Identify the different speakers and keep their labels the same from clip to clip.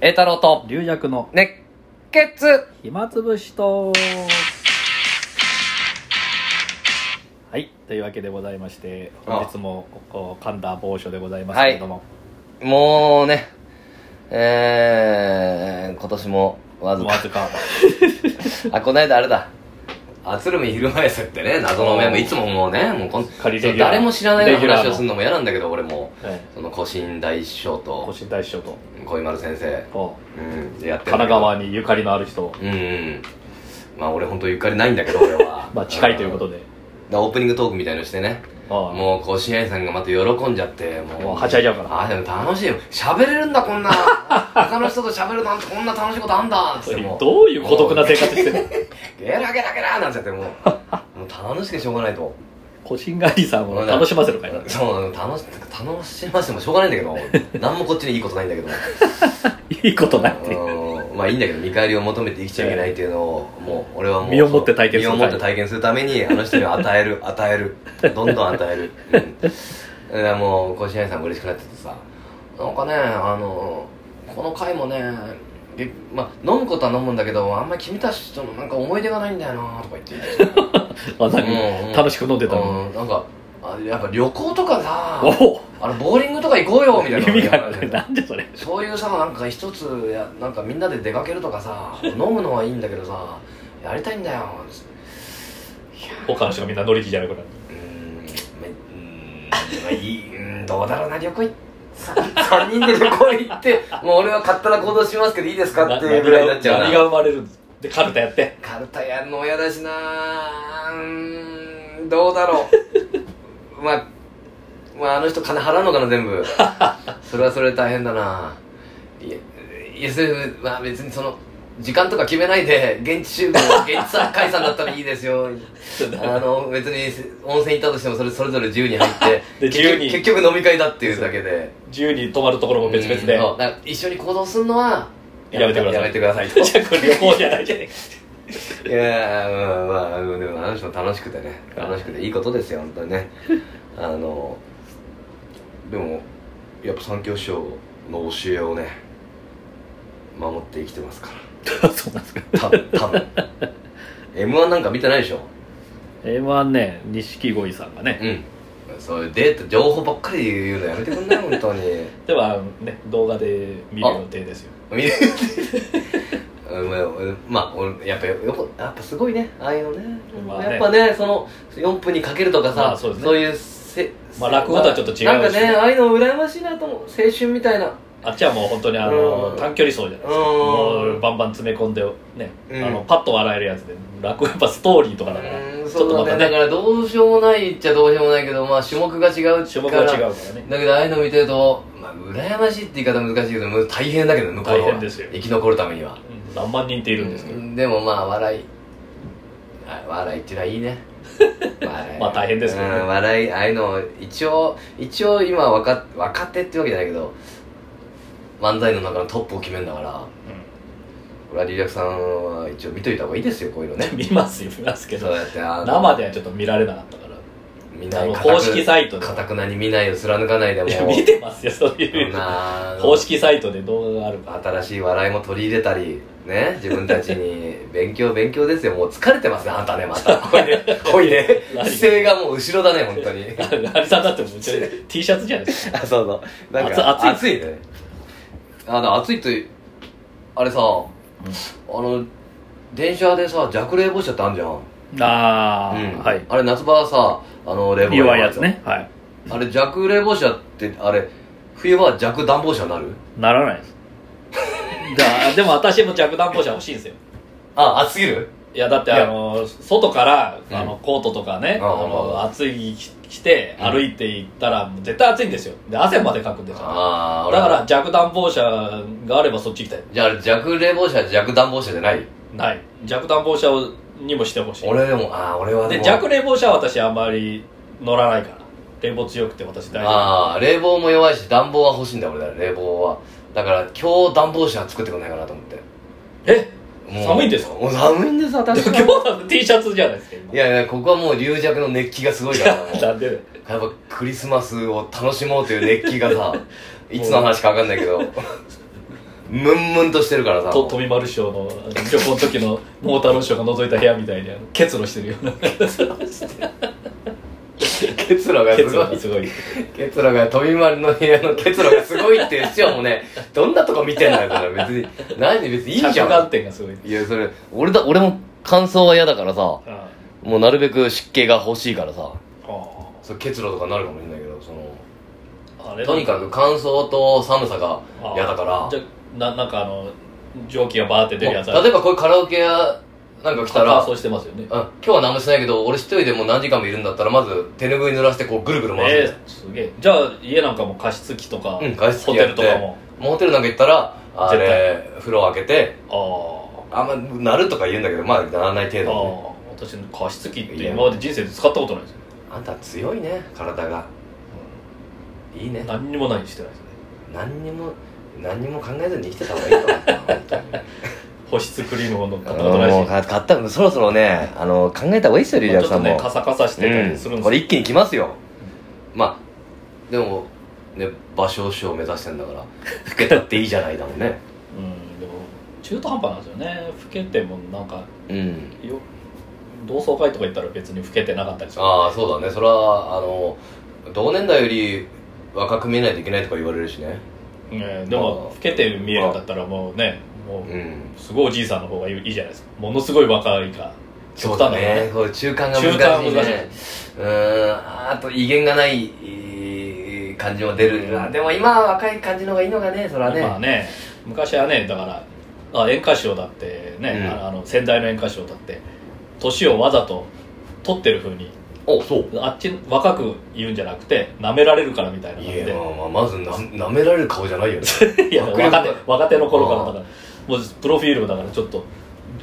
Speaker 1: 栄太郎と
Speaker 2: 龍弱の
Speaker 1: 熱血
Speaker 2: 暇つぶしとはいというわけでございまして
Speaker 1: あ
Speaker 2: 本日もこう神田某所でございますけれども、
Speaker 1: もうねえー、今年もわず
Speaker 2: もう
Speaker 1: か
Speaker 2: わずか
Speaker 1: あこの間あれだあ鶴見昼前説ってね謎のメンバーいつももうねもうこん
Speaker 2: 仮レギュラー
Speaker 1: 誰も知らないよう
Speaker 2: レギュ
Speaker 1: な
Speaker 2: ラー
Speaker 1: 話
Speaker 2: の
Speaker 1: をするのも嫌なんだけど俺も
Speaker 2: え
Speaker 1: その古新大師匠
Speaker 2: え
Speaker 1: と
Speaker 2: 腰大師匠と
Speaker 1: 小井丸先生、
Speaker 2: こう
Speaker 1: うん、でやって
Speaker 2: 神奈川にゆかりのある人、
Speaker 1: 川うんうんまあ俺本当ゆかりないんだけど俺は
Speaker 2: まあ、近いというこ
Speaker 1: で
Speaker 2: とで、
Speaker 1: だオープニングトークみたいのしてね
Speaker 2: ああ
Speaker 1: もう甲子園さんがまた喜んじゃってもう
Speaker 2: もうはしゃいじゃうから
Speaker 1: あでも楽しいよ喋れるんだこんな他の人と喋るなんてこんな楽しいことあんだっつってもう
Speaker 2: どういう孤独な生活してるの
Speaker 1: ゲラゲラゲラなんちゃってもうも う楽しくてしょうがないと
Speaker 2: コシンガリさんを楽しませるかいな
Speaker 1: そう楽し楽しませてもしょうがないんだ けど何もこっちにいいことないんだけど
Speaker 2: いいことないっていう
Speaker 1: うんまあいいんだけど見返りを求めて生きちゃいけないっていうのをもう俺はもう
Speaker 2: 身をもって体験する
Speaker 1: 身をもって体験するためにあの人には与える与えるどんどん与える、うん、だからもう甲子園さんも嬉しくなっててさなんかねあのこの回もねでまあ、飲むことは飲むんだけどあんまり君たちとのなんか思い出がないんだよなとか言って
Speaker 2: あ何
Speaker 1: うんうん
Speaker 2: 楽しく飲んでたのに
Speaker 1: うんなんかあやっぱ旅行とかさ
Speaker 2: おお
Speaker 1: あれボーリングとか行こうよみたいな
Speaker 2: 意味があるなんでそれ
Speaker 1: そういうさなんか一つやなんかみんなで出かけるとかさ飲むのはいいんだけどさやりたいんだよ
Speaker 2: 他の人がみんな乗り気じゃなくなる
Speaker 1: うーんまうーんまあいいうーんどうだろうな旅行い3人で旅行行ってもう俺は勝手な行動しますけどいいですかっていうぐらいになっちゃ
Speaker 2: 何
Speaker 1: う
Speaker 2: が
Speaker 1: な
Speaker 2: 生まれるんですでカルタや って
Speaker 1: カルタやるの親だしなうーんどうだろ うまあまああの人金払うのかな全部それはそれで大変だないや SF は別にその時間とか決めないで現地集 合現地解散だったらいいですよあの別に温泉行ったとしてもそれそれぞれ自由に入って
Speaker 2: で
Speaker 1: 結
Speaker 2: 自由
Speaker 1: 局
Speaker 2: に
Speaker 1: 結局飲み会だっていうだけで
Speaker 2: 自由に泊まるところも別々で
Speaker 1: うんそうだから一緒に行動するのは
Speaker 2: やめてください
Speaker 1: やめてくださいと
Speaker 2: じゃあこれ旅行じゃないじゃね
Speaker 1: いやーまあまあでもあの人も楽しくてね楽しくていいことですよ本当にねあのでもやっぱ三教師匠の教えをね守って生きてますか
Speaker 2: えかそうなんですから
Speaker 1: 多分多分 m 1なんか見てないでしょ
Speaker 2: m 1ね錦鯉さんがね、
Speaker 1: うんそういうデート情報ばっかり言うのやめてくんない本当に
Speaker 2: ではね動画で見る予定ですよ
Speaker 1: 見るうんまあ俺まあ俺やっぱよよこやっぱすごいねああいうのね,、
Speaker 2: まあね
Speaker 1: やっぱねその4分にかけるとかさ、
Speaker 2: まあそうですね
Speaker 1: いうせ
Speaker 2: まあ落語とはちょっと違うし
Speaker 1: なんかねああいうの羨ましいなと思う青春みたいな
Speaker 2: あっちはもう本当にあの、
Speaker 1: うん
Speaker 2: 短距離走じゃないですか、
Speaker 1: うん
Speaker 2: もうバンバン詰め込んでね、
Speaker 1: うん
Speaker 2: あのパッと笑えるやつで楽やっぱストーリーとかだから、
Speaker 1: うん
Speaker 2: ちょっと
Speaker 1: そう
Speaker 2: ま
Speaker 1: だね
Speaker 2: た
Speaker 1: だ
Speaker 2: ね
Speaker 1: からどうしようもないっちゃどうしようもないけどまあ種目が違うから
Speaker 2: 種目が違うからね
Speaker 1: だけどああいうの見てると、まあ、羨ましいって言い方難しいけどもう大変だけど向こうは
Speaker 2: 大変ですよ
Speaker 1: 生き残るためには
Speaker 2: うん何万人っているんですけど、
Speaker 1: うんでもまあ笑いあ笑いっていうのはいい ね笑い
Speaker 2: まあ大変ですけどね
Speaker 1: うん笑いああいうの一応一応今若若手ってわけじゃないけど漫才の中のトップを決めるんだから俺はリラクさんは一応見といた方がいいですよこういうのね
Speaker 2: うん 見ますよ見ますけ
Speaker 1: そう
Speaker 2: ど
Speaker 1: やってあの
Speaker 2: 生ではちょっと見られなかったから
Speaker 1: みんな
Speaker 2: あの
Speaker 1: 固く
Speaker 2: 公式サイトで
Speaker 1: かたくなに見ないを貫かないでも
Speaker 2: いや 見てますよそう
Speaker 1: そ
Speaker 2: い
Speaker 1: ん
Speaker 2: う
Speaker 1: な
Speaker 2: 公式サイトで動画があるから
Speaker 1: 新しい笑いも取り入れたりね自分たちに 勉強勉強ですよもう疲れてますねあんたねまた こいねこいね
Speaker 2: 何
Speaker 1: 姿勢がもう後ろだね本 当に
Speaker 2: あれさんだってもうちょい T シャツじゃないですか
Speaker 1: あそうそうなんか
Speaker 2: 暑
Speaker 1: 暑いねあだから暑いとあれさ、あの電車でさ弱冷房車ってあんじゃん、
Speaker 2: ああ、
Speaker 1: うん
Speaker 2: はい
Speaker 1: あれ夏場はさあの冷房
Speaker 2: 弱いやつねはい
Speaker 1: あれ弱冷房車ってあれ冬は弱暖房車になる
Speaker 2: ならない ですだでも私も弱暖房車欲しいんですよ
Speaker 1: あ暑すぎる
Speaker 2: いやだって
Speaker 1: いや
Speaker 2: あの外から
Speaker 1: うん
Speaker 2: あのコートとかね、
Speaker 1: あ
Speaker 2: あ
Speaker 1: あ
Speaker 2: の暑い着着て歩いていったら絶対暑いんですよで汗までかくんですよ
Speaker 1: ああ
Speaker 2: だから弱暖房車があればそっち行きたい
Speaker 1: じゃあ弱冷房車弱暖房車じゃない
Speaker 2: ない弱暖房車をにもしてほしい
Speaker 1: 俺でもああ俺はで
Speaker 2: で
Speaker 1: も
Speaker 2: 弱冷房車は私あんまり乗らないから冷房強くて私大丈
Speaker 1: ああ冷房も弱いし暖房は欲しいんだよ俺だ冷房はだから今日暖房車作ってくんないかなと思って
Speaker 2: 夫え
Speaker 1: もう
Speaker 2: 寒いんですか
Speaker 1: もう寒いんです
Speaker 2: で
Speaker 1: 私
Speaker 2: も
Speaker 1: い
Speaker 2: 今日だって T シャツじゃないですか 今
Speaker 1: やいやここはもう流弱の熱気がすごいからもう
Speaker 2: なんで
Speaker 1: やっぱクリスマスを楽しもうという熱気がさいつの話か分かんないけどムンムンとしてるからさ
Speaker 2: と富丸師匠のあの旅行の時の桃太郎師匠が覗いた部屋みたいにあの結露してるような
Speaker 1: 結露がす
Speaker 2: 結露
Speaker 1: ご
Speaker 2: が
Speaker 1: い
Speaker 2: すごい
Speaker 1: 結露が富丸の部屋の結露がすごいっていう師匠も ねどんなとこ見てんだよこれ別に何別にいいじ
Speaker 2: 着
Speaker 1: ゃ
Speaker 2: 眼
Speaker 1: ん
Speaker 2: 点がすごい
Speaker 1: いやそれ俺だ俺も感想は嫌だからさも
Speaker 2: あ
Speaker 1: うなるべく湿気が欲しいからさ
Speaker 2: あ
Speaker 1: そう結露とかなるかもしれないけどその
Speaker 2: あれ
Speaker 1: とにかく乾燥と寒さが嫌だから
Speaker 2: じゃあななんかあの蒸気がバーって出るやつ
Speaker 1: もう例えばこういうカラオケ屋なんか来たら
Speaker 2: 乾燥してますよね
Speaker 1: うん今日は何もしないけど俺一人でもう何時間もいるんだったらまず手拭い濡らしてこうぐるぐる回すん
Speaker 2: え
Speaker 1: で
Speaker 2: え
Speaker 1: す、
Speaker 2: すげえじゃあ家なんかも加湿器とか、
Speaker 1: うん外出
Speaker 2: ホテルとかも
Speaker 1: もうホテルなんか行ったらあ
Speaker 2: 絶
Speaker 1: れ風呂開けて
Speaker 2: あ
Speaker 1: あんまなるとか言うんだけどまあならない程
Speaker 2: あ
Speaker 1: 度、
Speaker 2: あ
Speaker 1: ね、
Speaker 2: あ私加湿器って今まで人生で使ったことないですよ、
Speaker 1: あんた強いね体がいいね
Speaker 2: 何にもないしてないですね
Speaker 1: 何にも何にも考えずに生きてた方がいいと思う本当に
Speaker 2: 保湿クリームも乗っか
Speaker 1: あ
Speaker 2: ったこと
Speaker 1: の
Speaker 2: ないし
Speaker 1: もう買ったのそろそろねあの考えた方がいいですよリリ
Speaker 2: ま
Speaker 1: ア
Speaker 2: あ
Speaker 1: ル
Speaker 2: ち
Speaker 1: さ
Speaker 2: ょっと
Speaker 1: んも
Speaker 2: ねカサカサしてたりする
Speaker 1: うんん、
Speaker 2: です
Speaker 1: こ
Speaker 2: け
Speaker 1: れ一気に来ますよ、まあでもね芭蕉師を目指してんだから老けたっていいじゃないだもん ね
Speaker 2: ど、うんでも中途半端なんですよね老けてもなんか
Speaker 1: うん
Speaker 2: よ同窓会とか行ったら別に老けてなかったりする
Speaker 1: ああそうだねそれはあの同年代より若く見えないといけないとか言われるしね
Speaker 2: ねでも老けて見えるんだったらもうねも
Speaker 1: う
Speaker 2: うんすごいおじいさんの方がいいいいじゃないですかものすごい若いか極端なのね
Speaker 1: そう中間が
Speaker 2: 中間は
Speaker 1: 難しい
Speaker 2: 難しい
Speaker 1: ねうーんあと威厳がないいい感じも出る、あでも今は若い感じの方がいいのがねそれはね,、
Speaker 2: まあね昔はねだからあ演歌賞だってね、
Speaker 1: うん
Speaker 2: ああの先代の演歌賞だって年をわざと取ってる風に
Speaker 1: おそう
Speaker 2: あっち若く言うんじゃなくて舐められるからみたいな感
Speaker 1: い
Speaker 2: じ
Speaker 1: や
Speaker 2: で
Speaker 1: まあまあまずな舐められる顔じゃ ないよね
Speaker 2: いや
Speaker 1: 迫力が
Speaker 2: 若手若手の頃からだからもうプロフィールもだからちょっと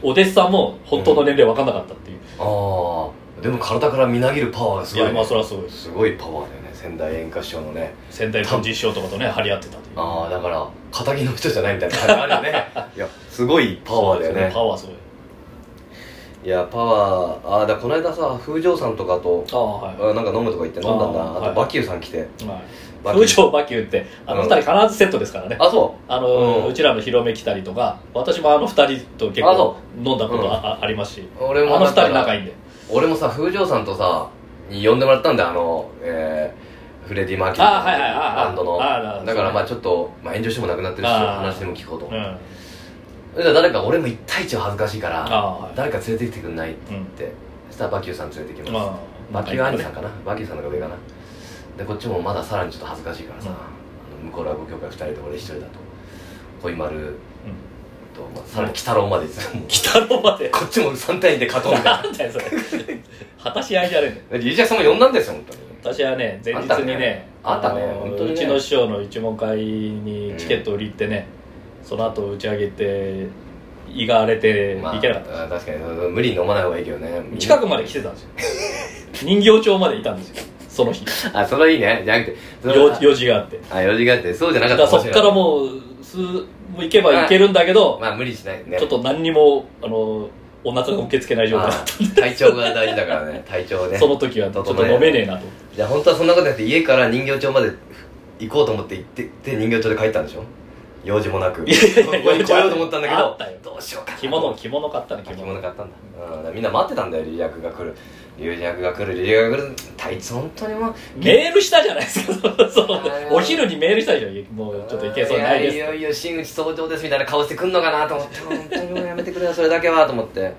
Speaker 2: お弟子さんも本当の年齢分かんなかったっていう、
Speaker 1: ああでも体からみなぎるパワーがす
Speaker 2: い
Speaker 1: ごい,、
Speaker 2: やまあそれはすごいです
Speaker 1: すごいパワーだよね仙台演歌師匠のね
Speaker 2: 仙台文治師匠とかとね張り合ってたという
Speaker 1: ああだから肩着の人じゃないみたいな感じあるよ ねいやすごいパワーだよ
Speaker 2: そう
Speaker 1: ね
Speaker 2: ですパワーすごい
Speaker 1: いやパワーああだからこの間さ風情さんとかと
Speaker 2: ああはい、
Speaker 1: あなんか飲むとか言って飲んだんだ
Speaker 2: あ
Speaker 1: あ
Speaker 2: ーはい
Speaker 1: とバキューさん来て、
Speaker 2: はい、
Speaker 1: バキュー
Speaker 2: 風潮馬球ってあの
Speaker 1: う
Speaker 2: 二
Speaker 1: ん
Speaker 2: 人必ずセットですからね、
Speaker 1: あそ
Speaker 2: あの、う
Speaker 1: うん
Speaker 2: ちらの広め来たりとか私もあの二人と結
Speaker 1: あ
Speaker 2: 構
Speaker 1: そ
Speaker 2: 飲んだことあ,、ありますし
Speaker 1: う俺
Speaker 2: あ
Speaker 1: も
Speaker 2: の二人仲
Speaker 1: い
Speaker 2: いいんで
Speaker 1: 俺もさ風情さんとさに呼んでもらったんだよあのえーフレディ・マーキュリ
Speaker 2: あーはいはいあ
Speaker 1: ーのバ
Speaker 2: ー
Speaker 1: ンドの
Speaker 2: あーなるほど
Speaker 1: だからまあちょっと、まあ、炎上してもなくなってるし
Speaker 2: あー
Speaker 1: 話でも聞こうと
Speaker 2: うんあ
Speaker 1: じゃあ誰か俺も一対一は恥ずかしいから
Speaker 2: あはい
Speaker 1: 誰か連れてきてくんないっ
Speaker 2: うん
Speaker 1: てそしたらバキューさん連れてきます、
Speaker 2: まあ
Speaker 1: バキュー兄さんかなバキューさんの方が上かなでこっちもまださらにちょっと恥ずかしいからさ、
Speaker 2: うん
Speaker 1: あの向こうらご協会2人で俺一人だと恋丸
Speaker 2: うん
Speaker 1: と、まあ、さらに鬼太郎までいつ も
Speaker 2: 北のまで
Speaker 1: こっちも3対2で勝とうみたいな
Speaker 2: なんだよそれ 果たし合いじゃねえんだよ
Speaker 1: でリジャーさんも呼んだんですよ本当に
Speaker 2: 私はね前日にね
Speaker 1: あんたね
Speaker 2: あの
Speaker 1: あんたね本当にね
Speaker 2: うちの師匠の一問会にチケット売り行ってね、その後打ち上げて胃が荒れて
Speaker 1: まあ
Speaker 2: 行けなかった、
Speaker 1: 確かに無理に飲まない方がいいけどね
Speaker 2: 近くまで来てたんですよ 人形町までいたんですよその日
Speaker 1: あそれいいねじゃなくてそれ
Speaker 2: 用用事があって
Speaker 1: あ用事があってそうじゃなか
Speaker 2: だ
Speaker 1: っ
Speaker 2: か
Speaker 1: た
Speaker 2: らそっから
Speaker 1: も
Speaker 2: もうすもう行けば行けるんだけど、
Speaker 1: まあ無理しないね
Speaker 2: ちょっと何にもあのお腹が受け付けない状態、
Speaker 1: あ体調が大事だから ね体調ね
Speaker 2: その時はちょっと飲めねえなと思って
Speaker 1: じゃあ本当はそんなことやって家から人形町まで行こうと思って行ってで人形町で帰ったんでしょ用事もなくここに来ようと思ったんだけ
Speaker 2: あ
Speaker 1: ど
Speaker 2: ったよ
Speaker 1: どうしようかな
Speaker 2: 着物着物買ったの着
Speaker 1: 着
Speaker 2: 物
Speaker 1: 物買ったんだ,、うん、だからみんな待ってたんだよリリアクが来るリリアクが来るリリアクが来るあいつ本当にもう
Speaker 2: メールしたじゃないですかその
Speaker 1: あー
Speaker 2: お昼にメールしたでしょもうちょっといけそうにないです
Speaker 1: やいよいよ真打ち登場ですみたいな顔してくんのかなと思って本当にもうやめてくれよそれだけはと思って本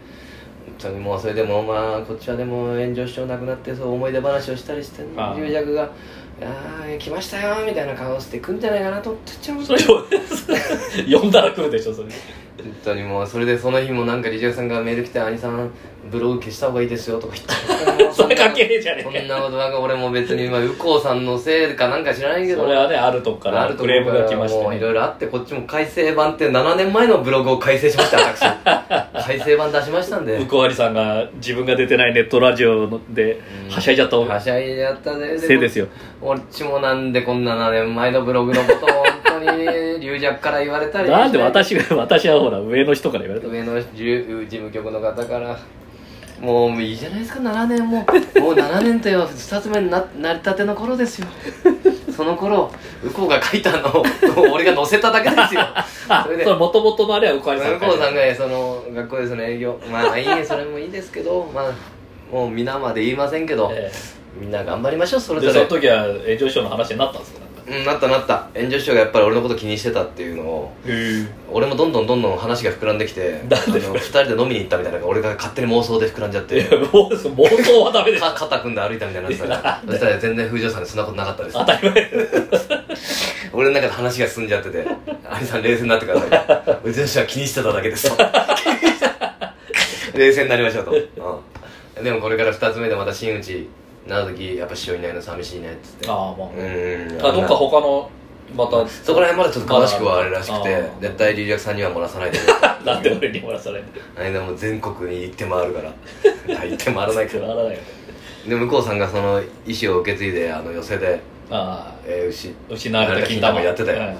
Speaker 1: 当にもうそれでもまあこっちはでも炎上しようなくなってそう思い出話をしたりして
Speaker 2: ああ
Speaker 1: 龍尺が「ああ来ましたよ」みたいな顔してくんじゃないかなと思ってちゃう
Speaker 2: それを呼んだら来るでしょそれ
Speaker 1: 本当にもうそれでその日もなんかリジャクさんがメール来て「兄さんブログ消した方がいいですよ」とか言って
Speaker 2: それ関係ねえじゃね
Speaker 1: そん
Speaker 2: えか
Speaker 1: なことなんか俺も別にまあ右近さんのせいかなんか知らないけど
Speaker 2: それはねあるとこからクレームが来まして、
Speaker 1: もういろ
Speaker 2: ね、
Speaker 1: いろあってこっちも改正版って7年前のブログを改正しました 私改正版出しましたんで
Speaker 2: 向こうありさんが自分が出てないネットラジオので
Speaker 1: うん
Speaker 2: はしゃいじゃった
Speaker 1: はしゃいやったね
Speaker 2: せいですよ
Speaker 1: 俺っちもなんでこんな7年前のブログのことを本当に龍弱から言われたりして
Speaker 2: なんで私が私はほら上の人から言われた
Speaker 1: 上の事務局の方からもういいじゃないですか7年ももう7年という2つ目にななりたての頃ですよ その頃向こうが書いたのを俺が載せただけ ですよ
Speaker 2: あ
Speaker 1: そ
Speaker 2: そ
Speaker 1: れで
Speaker 2: れもともとのあれはうかりさん
Speaker 1: 向こうさんがその学校でその営業 まあいいねそれもいいですけどまあもう皆まで言いませんけど、
Speaker 2: え
Speaker 1: みんな頑張りましょうそ
Speaker 2: え
Speaker 1: れ
Speaker 2: で
Speaker 1: ぞ
Speaker 2: その
Speaker 1: れ
Speaker 2: 時は炎上師匠の話になったんですか
Speaker 1: うんなったなった炎上師匠がやっぱり俺のこと気にしてたっていうのを
Speaker 2: へ
Speaker 1: 俺もどんどんどんどん話が膨らんできて
Speaker 2: なんで
Speaker 1: あの二人で飲みに行ったみたいなのが俺が勝手に妄想で膨らんじゃっ
Speaker 2: えいや
Speaker 1: て
Speaker 2: もう妄想はダメです
Speaker 1: か肩組んで歩いたみたいになって
Speaker 2: いや
Speaker 1: たそしたら全然風情さんでそんなことなかったです
Speaker 2: 当たり前
Speaker 1: 俺の中で話が進んじゃってて「有さん冷静になってください」「うちの人は気にしてただけ です」と冷静になりましょうと、うん、でもこれから2つ目でまた真打ちなる時やっぱ師匠いないの寂しいねっつって
Speaker 2: ああまあ、
Speaker 1: うん
Speaker 2: あどっか他のま た
Speaker 1: そこら辺までちょっと詳しくはあれらしく
Speaker 2: あ
Speaker 1: て
Speaker 2: ー
Speaker 1: 絶対龍尺さんには漏らさないで
Speaker 2: なんで俺にもらされてる
Speaker 1: あれでも全国に行って回る からあ行って回らないか
Speaker 2: な
Speaker 1: ら
Speaker 2: らないよね
Speaker 1: で向こうさんがその意思を受け継いであの寄せで、
Speaker 2: あ
Speaker 1: えー、牛
Speaker 2: あ失われた金玉
Speaker 1: やってたよ、
Speaker 2: うん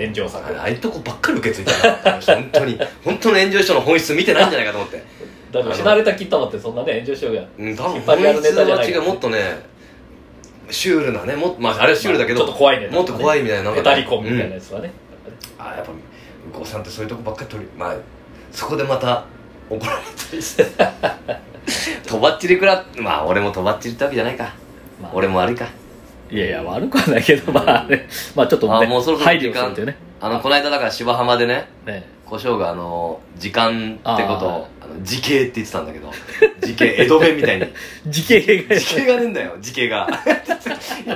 Speaker 2: 炎上さん
Speaker 1: あれああいうとこばっかり受け継いだな 本当に本当の炎上師匠の本質見てないんじゃないかと思って
Speaker 2: だって失われた金玉ってそんなね炎上師匠が
Speaker 1: うん多
Speaker 2: 引
Speaker 1: 分
Speaker 2: っ張
Speaker 1: 本
Speaker 2: り合うネ
Speaker 1: 質
Speaker 2: タじゃな
Speaker 1: はい違うもっとねシュールなねもっとまああれはシュールだけど、
Speaker 2: まあちょっと怖いね
Speaker 1: もっと怖いみたいな
Speaker 2: ペタリコンみたいなやつはね、
Speaker 1: あやっぱ向こうさんってそういうとこばっかり取りまあそこでまた怒られたりして とばっちりくらまあ俺もとばっちりってわけじゃないか
Speaker 2: まあ
Speaker 1: 俺も悪いか
Speaker 2: いやいや悪くはないけどまあ、ね、まあちょっとね
Speaker 1: あもうそろそろ
Speaker 2: 配
Speaker 1: 時
Speaker 2: 慮する
Speaker 1: 間
Speaker 2: っていうね
Speaker 1: あのこの間だから芝浜でね
Speaker 2: ね
Speaker 1: 胡椒があの時間ってことを
Speaker 2: あ
Speaker 1: あの時系って言ってたんだけど 時系江戸弁みたい に
Speaker 2: 時系が
Speaker 1: 時系がねえんだよ時系が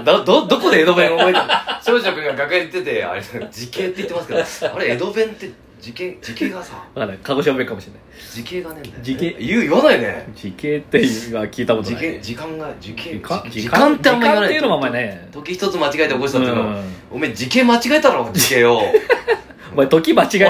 Speaker 1: どどどこで江戸弁覚えたの少女君が学園行っててあれ時系って言ってますけどあれ江戸弁って時系時系がさ
Speaker 2: わかんない鹿児島弁かもしれない
Speaker 1: 時系がねえんだよね
Speaker 2: 時系
Speaker 1: 言う言わないね
Speaker 2: 時系っていうのは聞いたこと
Speaker 1: 時
Speaker 2: ない
Speaker 1: 系時間が時系
Speaker 2: 時間
Speaker 1: 時間ってあんま言わない
Speaker 2: 時間っていうのもあんまね
Speaker 1: 時一つ間違えて起こしたっていうの
Speaker 2: ん
Speaker 1: お前時系間違えたろ時系を
Speaker 2: お前時間違え